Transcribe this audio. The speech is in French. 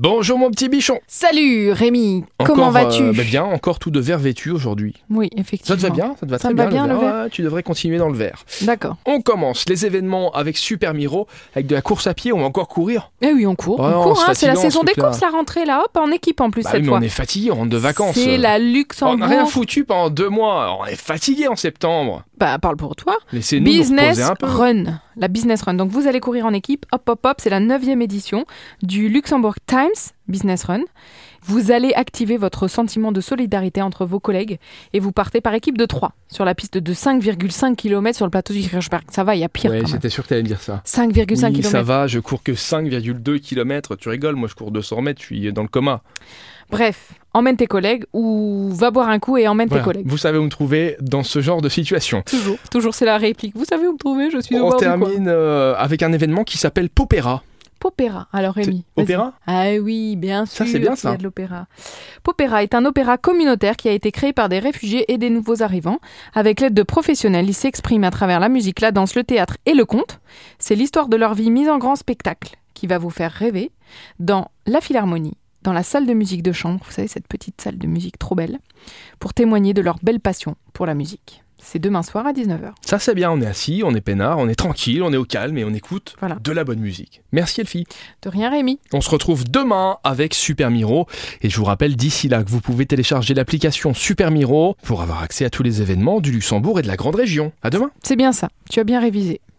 Bonjour mon petit bichon. Salut Rémi, Encore, comment vas-tu euh, bah Bien, encore tout de vert vêtu aujourd'hui. Oui, effectivement. Ça te va bien Ça te va Ça très me va bien, le le vert. Ouais, tu devrais continuer dans le vert. D'accord. On commence les événements avec Super Miro, avec de la course à pied. On va encore courir. Eh oui, on court, Ouais, on non, court, c'est hein, c'est la fatigant, saison ce des truc-là. courses, la rentrée là, hop, en équipe en plus Bah oui, cette mais fois. on est fatigué, on rentre de vacances. Oh, C'est la On n'a Luxembourg. rien foutu pendant deux mois. On est fatigué en septembre. Bah parle pour toi. Laissez-nous nous Business reposer un peu. Run, la Business Run. Donc vous allez courir en équipe, hop hop hop, c'est la neuvième édition du Luxembourg Times Business Run. Vous allez activer votre sentiment de solidarité entre vos collègues et vous partez par équipe de 3 sur la piste de 5,5 km sur le plateau du Kirchberg. Ça va, il y a pire Ouais, quand même. j'étais sûr que t'allais me dire ça. 5,5 Oui, km. ça va, je cours que 5,2 km. Tu rigoles, moi je cours 200 mètres, je suis dans le coma. Bref, emmène tes collègues ou va boire un coup et emmène Voilà. tes collègues. Vous savez où me trouver dans ce genre de situation. Toujours, toujours c'est la réplique. Vous savez où me trouver, je suis au On bord du coin. termine euh, avec un événement qui s'appelle Popéra. Popéra. Alors Rémi, T'es- vas-y. Opéra Ah oui, bien sûr. Ça, c'est bien, Il y ça. a de l'opéra. Popéra est un opéra communautaire qui a été créé par des réfugiés et des nouveaux arrivants. Avec l'aide de professionnels, il s'exprime à travers la musique, la danse, le théâtre et le conte. C'est l'histoire de leur vie mise en grand spectacle qui va vous faire rêver dans la Philharmonie, dans la salle de musique de chambre, vous savez, cette petite salle de musique trop belle, pour témoigner de leur belle passion pour la musique. C'est demain soir à 19h. Ça c'est bien, on est assis, on est peinard, on est tranquille, on est au calme et on écoute Voilà. de la bonne musique. Merci Elfie. De rien, Rémi. On se retrouve demain avec Super Miro et je vous rappelle d'ici là que vous pouvez télécharger l'application Super Miro pour avoir accès à tous les événements du Luxembourg et de la grande région. À demain. C'est bien ça. Tu as bien révisé.